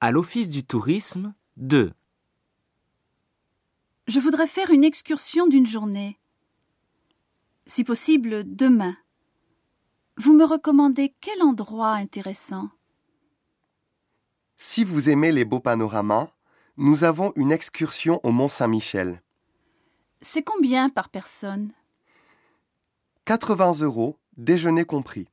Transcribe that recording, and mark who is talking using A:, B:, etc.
A: à l'Office du tourisme de
B: Je voudrais faire une excursion d'une journée. Si possible, demain. Vous me recommandez quel endroit intéressant
C: Si vous aimez les beaux panoramas, nous avons une excursion au Mont Saint-Michel.
B: C'est combien par personne
C: 80 euros, déjeuner compris.